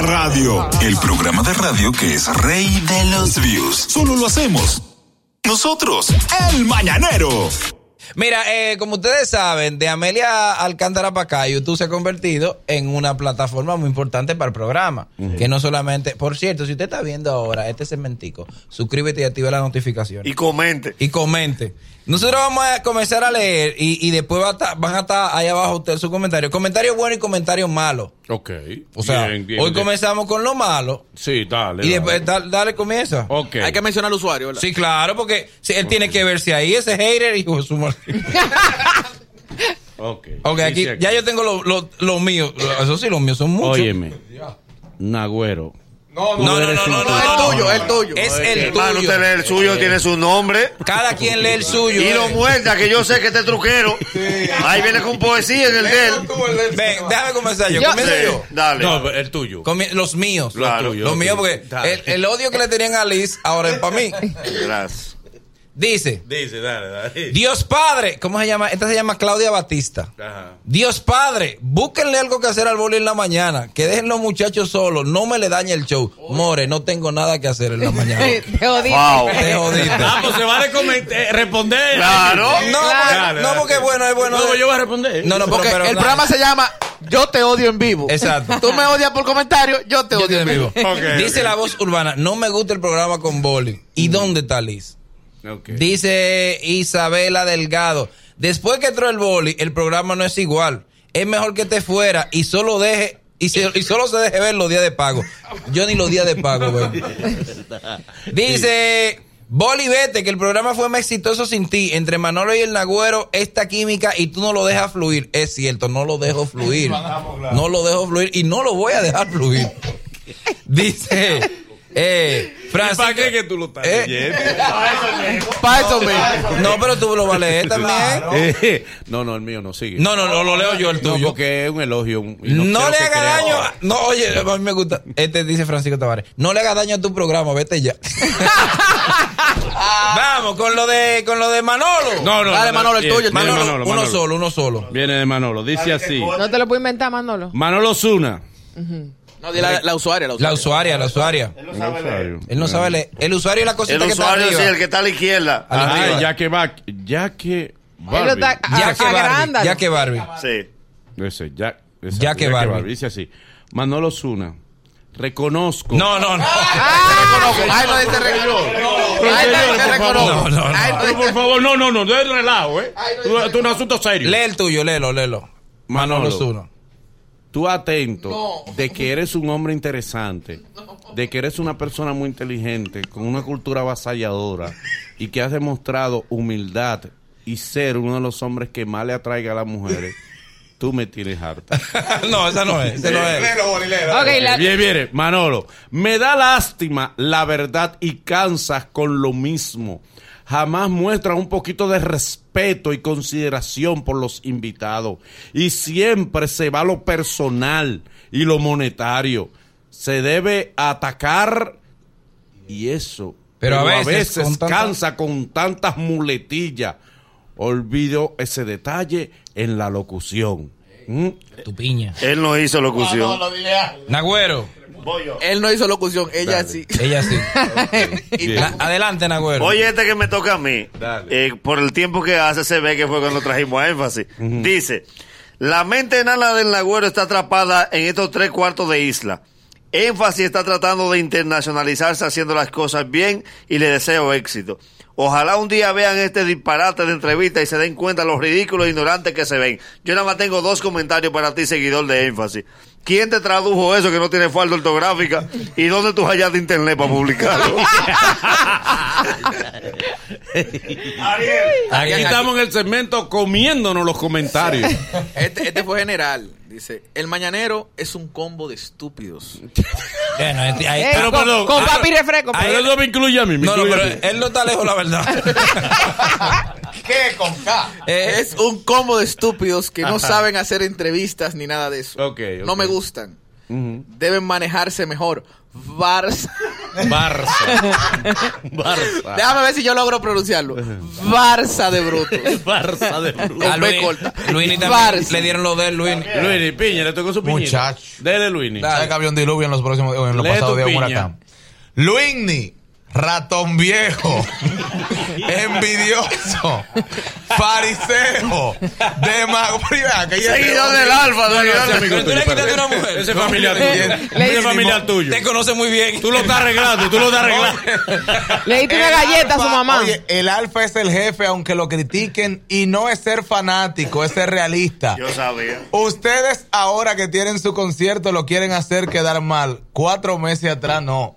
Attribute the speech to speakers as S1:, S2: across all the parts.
S1: Radio. El programa de radio que es rey de los views. Solo lo hacemos. Nosotros, el mañanero.
S2: Mira, eh, como ustedes saben, de Amelia Alcántara para acá, YouTube se ha convertido en una plataforma muy importante para el programa. Que no solamente. Por cierto, si usted está viendo ahora este segmentico, suscríbete y activa las notificaciones.
S3: Y comente.
S2: Y, comente. Nosotros vamos a comenzar a leer y, y después va a estar- van a estar ahí abajo usted su comentario. Comentarios buenos y comentarios malos.
S4: Ok.
S2: O sea,
S4: Bien, bien,
S2: hoy
S4: bien.
S2: comenzamos con lo malo
S4: Sí, dale.
S2: y
S4: dale.
S2: después da- dale comienza.
S4: Ok.
S5: Hay que mencionar al usuario, ¿verdad?
S2: Sí, claro, porque si él tiene que verse ahí, ese hater, hijo de su madre.
S4: Ok.
S2: Ok,
S4: Dice
S2: aquí ya yo tengo los lo, lo míos. Eso sí, los míos son muchos.
S4: Óyeme. Nagüero.
S2: no, no, no, no, no,
S5: El
S2: no.
S5: tuyo, el tuyo.
S2: Es el
S3: Hermano,
S2: tuyo.
S3: usted lee el
S2: Eh.
S3: suyo, tiene su nombre.
S2: Cada quien lee el suyo.
S3: Y lo
S2: eh.
S3: muerta, que yo sé que este truquero. Ahí viene con poesía en el de él.
S2: Ven, déjame comenzar yo.
S6: Yo-
S2: Comienzo
S3: Sí,
S2: yo.
S3: Dale.
S4: No, pero el tuyo.
S2: Comie- los míos.
S4: Los
S3: Claro.
S4: tuyos.
S2: Los míos, porque
S4: tuyos. Dale.
S2: el, el odio que le tenían a Liz ahora es para mí.
S3: Gracias.
S2: Dice,
S4: Dice, dale, dale.
S2: Dios Padre, ¿cómo se llama? Esta se llama Claudia Batista.
S4: Ajá.
S2: Dios Padre, búsquenle algo que hacer al boli en la mañana. Que dejen los muchachos solos. No me le dañe el show. More, no tengo nada que hacer en la mañana.
S5: Eh,
S6: Te jodiste.
S3: Wow.
S2: Te jodiste.
S4: Ah, pues se va a coment- eh, responder.
S3: Claro.
S2: No, porque,
S4: Dale,
S2: no,
S4: dale.
S2: porque es bueno, es bueno.
S4: No, yo voy a responder.
S2: No, no,
S5: Porque
S2: pero- pero
S5: el
S2: dale.
S5: programa se llama Yo te odio en vivo.
S2: Exacto.
S5: Tú me odias por comentario, yo te
S2: Yo
S5: odio
S2: te
S5: en vivo.
S2: vivo.
S4: Ok,
S2: Dice
S4: ok.
S2: la voz urbana, no me gusta el programa con boli. ¿Y dónde está Liz?
S4: Ok.
S2: Dice Isabela Delgado, después que entró el boli, el programa no es igual. Es mejor que te fuera y solo deje y, se- y solo se deje ver los días de pago. Yo ni los días de pago, veo. Dice Boli, vete, que el programa fue más exitoso sin ti. Entre Manolo y el Nagüero, esta química y tú no lo dejas fluir. Es cierto, no lo dejo fluir. No lo dejo fluir y no lo voy a dejar fluir. Dice eh,
S4: ¿Y
S2: Francisco.
S4: para qué que tú lo estás
S2: Eh.
S4: leyendo?
S5: Pa' eso, men.
S2: No, pero tú lo vas a leer también.
S4: Eh, no, no, el mío no sigue.
S2: No, no, lo, lo leo yo el
S4: No,
S2: tuyo.
S4: porque es un elogio. un- y
S2: No,
S4: quiero
S2: le
S4: que
S2: haga
S4: crea-
S2: daño. a- No, oye, a mí me gusta. Este dice Francisco Tavares. No le haga daño a tu programa, vete ya. Vamos con lo de con lo de Manolo.
S4: No, no.
S5: Dale,
S4: no,
S5: Manolo, el
S4: viene-
S5: tuyo,
S4: viene
S2: Manolo,
S4: Manolo,
S2: uno
S4: Manolo.
S2: solo, uno solo.
S4: Viene de Manolo. Dice así.
S6: No te lo puedo inventar, Manolo.
S4: Manolo Zuna.
S5: No, di la, la usuaria, la usuaria.
S2: La usuaria, la usuaria. Él no sabe leer. El usuario es la cosita
S3: El
S2: que está
S3: usuario, sí,
S2: arriba.
S3: el que está a la izquierda.
S4: Ah,
S2: Arriba.
S4: ya que va. Ya que.
S6: Él lo está-
S2: Ya que Barbie,
S6: Agrándalo.
S2: ya que Barbie.
S3: Sí.
S4: Ese, Jack. esa-
S2: Jack
S4: Jack
S2: Barbie.
S4: Barbie. Dice así. Manolo Zuna. Reconozco.
S2: No, no, no.
S5: Ah, Ay, no dice reconozco. Ay, no dice reconozco.
S2: No, no, no.
S5: Ay, no
S4: Pero
S5: dice-
S4: por favor, no, no, no, no es relajo, ¿eh? Tú, tú un asunto serio.
S2: Lee el tuyo, léelo, léelo. Manolo
S4: Manolo.
S2: Zuno.
S4: Tú atento de que eres un hombre interesante, de que eres una persona muy inteligente, con una cultura avasalladora y que has demostrado humildad y ser uno de los hombres que más le atraiga a las mujeres. Tú me tienes harta.
S2: no, esa no es. Esa no es.
S6: Ok, la-
S4: Bien, bien, Manolo. Me da lástima la verdad y cansas con lo mismo. Jamás muestra un poquito de respeto y consideración por los invitados. Y siempre se va lo personal y lo monetario. Se debe atacar y eso.
S2: Pero a veces con tanta-
S4: cansa con tantas muletillas. Olvido ese detalle en la locución. ¿Mm?
S2: Tu piña.
S3: Él no hizo locución.
S2: Nagüero.
S5: Él no hizo locución, ella sí.
S2: Ella sí.
S5: Y-
S2: La- adelante, Nagüero.
S3: Oye, este que me toca a mí, eh, por el tiempo que hace, se ve que fue cuando trajimos a énfasis. Dice: La mente enana del Nagüero está atrapada en estos tres cuartos de isla. Énfasis está tratando de internacionalizarse haciendo las cosas bien y le deseo éxito. Ojalá un día vean este disparate de entrevista y se den cuenta los ridículos e ignorantes que se ven. Yo nada más tengo dos comentarios para ti, seguidor de énfasis. ¿Quién te tradujo eso que no tiene falda ortográfica? ¿Y dónde tú hallaste internet para publicarlo?
S4: Aquí estamos en el segmento comiéndonos los comentarios.
S5: Este, este fue general. Dice, el mañanero es un combo de estúpidos.
S2: Bueno, este- ahí-
S6: Eh,
S4: Pero
S6: con,
S4: perdón.
S6: con
S4: Ah,
S6: papi refresco.
S4: Pero eso me incluye a mí. me
S2: no, no, pero
S4: incluye a mí.
S2: él no está lejos, la verdad.
S5: ¿Qué con K?
S2: Eh,
S5: Es un combo de estúpidos que no saben hacer entrevistas ni nada de eso.
S4: Ok, ok.
S5: No me gustan. Deben manejarse mejor. Vars.
S4: Barça. Barça.
S5: Déjame ver si yo logro pronunciarlo. Barça de brutos.
S4: Barça de Bruno.
S5: Con
S2: A
S5: B
S2: Luis,
S5: corta.
S2: Luini también
S5: Barça.
S2: le dieron lo de él, Luini.
S4: Luini, piña, le tocó su piña.
S7: Muchacho.
S4: Dele, Luini.
S7: Sabe que había un diluvio en los próximos en los
S4: Lee tu
S7: pasados días un
S4: piña.
S7: huracán. Luigni, ratón viejo, envidioso, fariseo, demagogo.
S3: Seguidor del alfa, seguidor del-
S2: Pero tú le quitaste una mujer.
S4: Ese es familiar tuyo.
S6: Le-
S4: Ese es familiar tuyo.
S2: Te conoce muy bien.
S4: Tú lo estás arreglando, tú lo estás arreglando.
S6: Le diste una galleta a
S2: Eh,
S6: su mamá.
S7: Oye, el alfa es el jefe, aunque lo critiquen, y no es ser fanático, es ser realista.
S3: Yo sabía.
S7: Ustedes ahora que tienen su concierto lo quieren hacer quedar mal. Cuatro meses atrás no.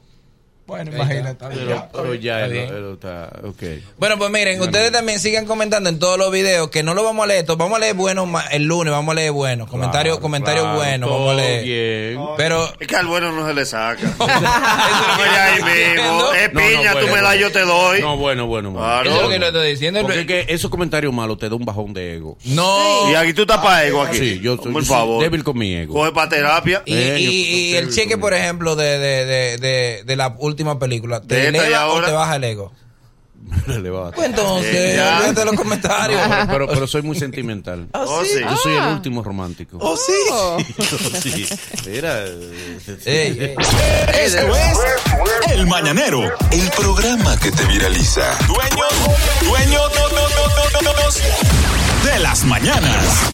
S7: Bueno, imagínate.
S4: Pero, pero ya, él, él está. Ok.
S2: Bueno, pues miren, ustedes también sigan comentando en todos los videos que no lo vamos a leer todos. Vamos a leer buenos ma- el lunes, vamos a leer buenos. Comentarios comentarios
S4: Claro,
S2: buenos,
S4: todo
S2: vamos a leer.
S4: bien.
S2: Pero
S3: Es que al bueno no se le saca.
S2: eso es lo que
S3: Mira ahí
S2: yo estoy
S3: mismo.
S2: diciendo.
S3: Es
S4: No, no,
S3: piña, tú
S4: bueno,
S3: me das,
S4: bueno.
S3: yo te doy.
S4: No, bueno, bueno, bueno.
S3: Claro.
S2: Eso es lo que yo estoy diciendo.
S4: Porque es que esos comentarios malos te dan un bajón de ego.
S2: No.
S3: Y aquí tú estás para ego aquí.
S4: Sí, yo soy-
S3: Por
S4: yo soy
S3: favor.
S4: débil con mi ego.
S3: Coge para terapia.
S2: Y,
S4: Eh,
S2: y-
S4: yo-
S2: y
S4: yo-
S2: el
S4: yo-
S2: cheque,
S4: yo-
S2: por ejemplo, de, de, de, de, de la última película, ¿te
S3: De esta y
S2: eleva o
S3: ahora.
S2: te baja el ego?
S4: Le va a-
S2: Pues entonces,
S3: Eh, ya.
S2: olvídate los comentarios.
S4: Pero, pero, pero soy muy sentimental.
S3: Oh, sí.
S4: Yo soy el último romántico.
S2: Ah. Oh, sí.
S4: Sí. eh, Mira.
S2: Ey, ey.
S1: Esto es El Mañanero, el programa que te viraliza. Dueño, dueño, no, no, no, no, no, no, de las mañanas.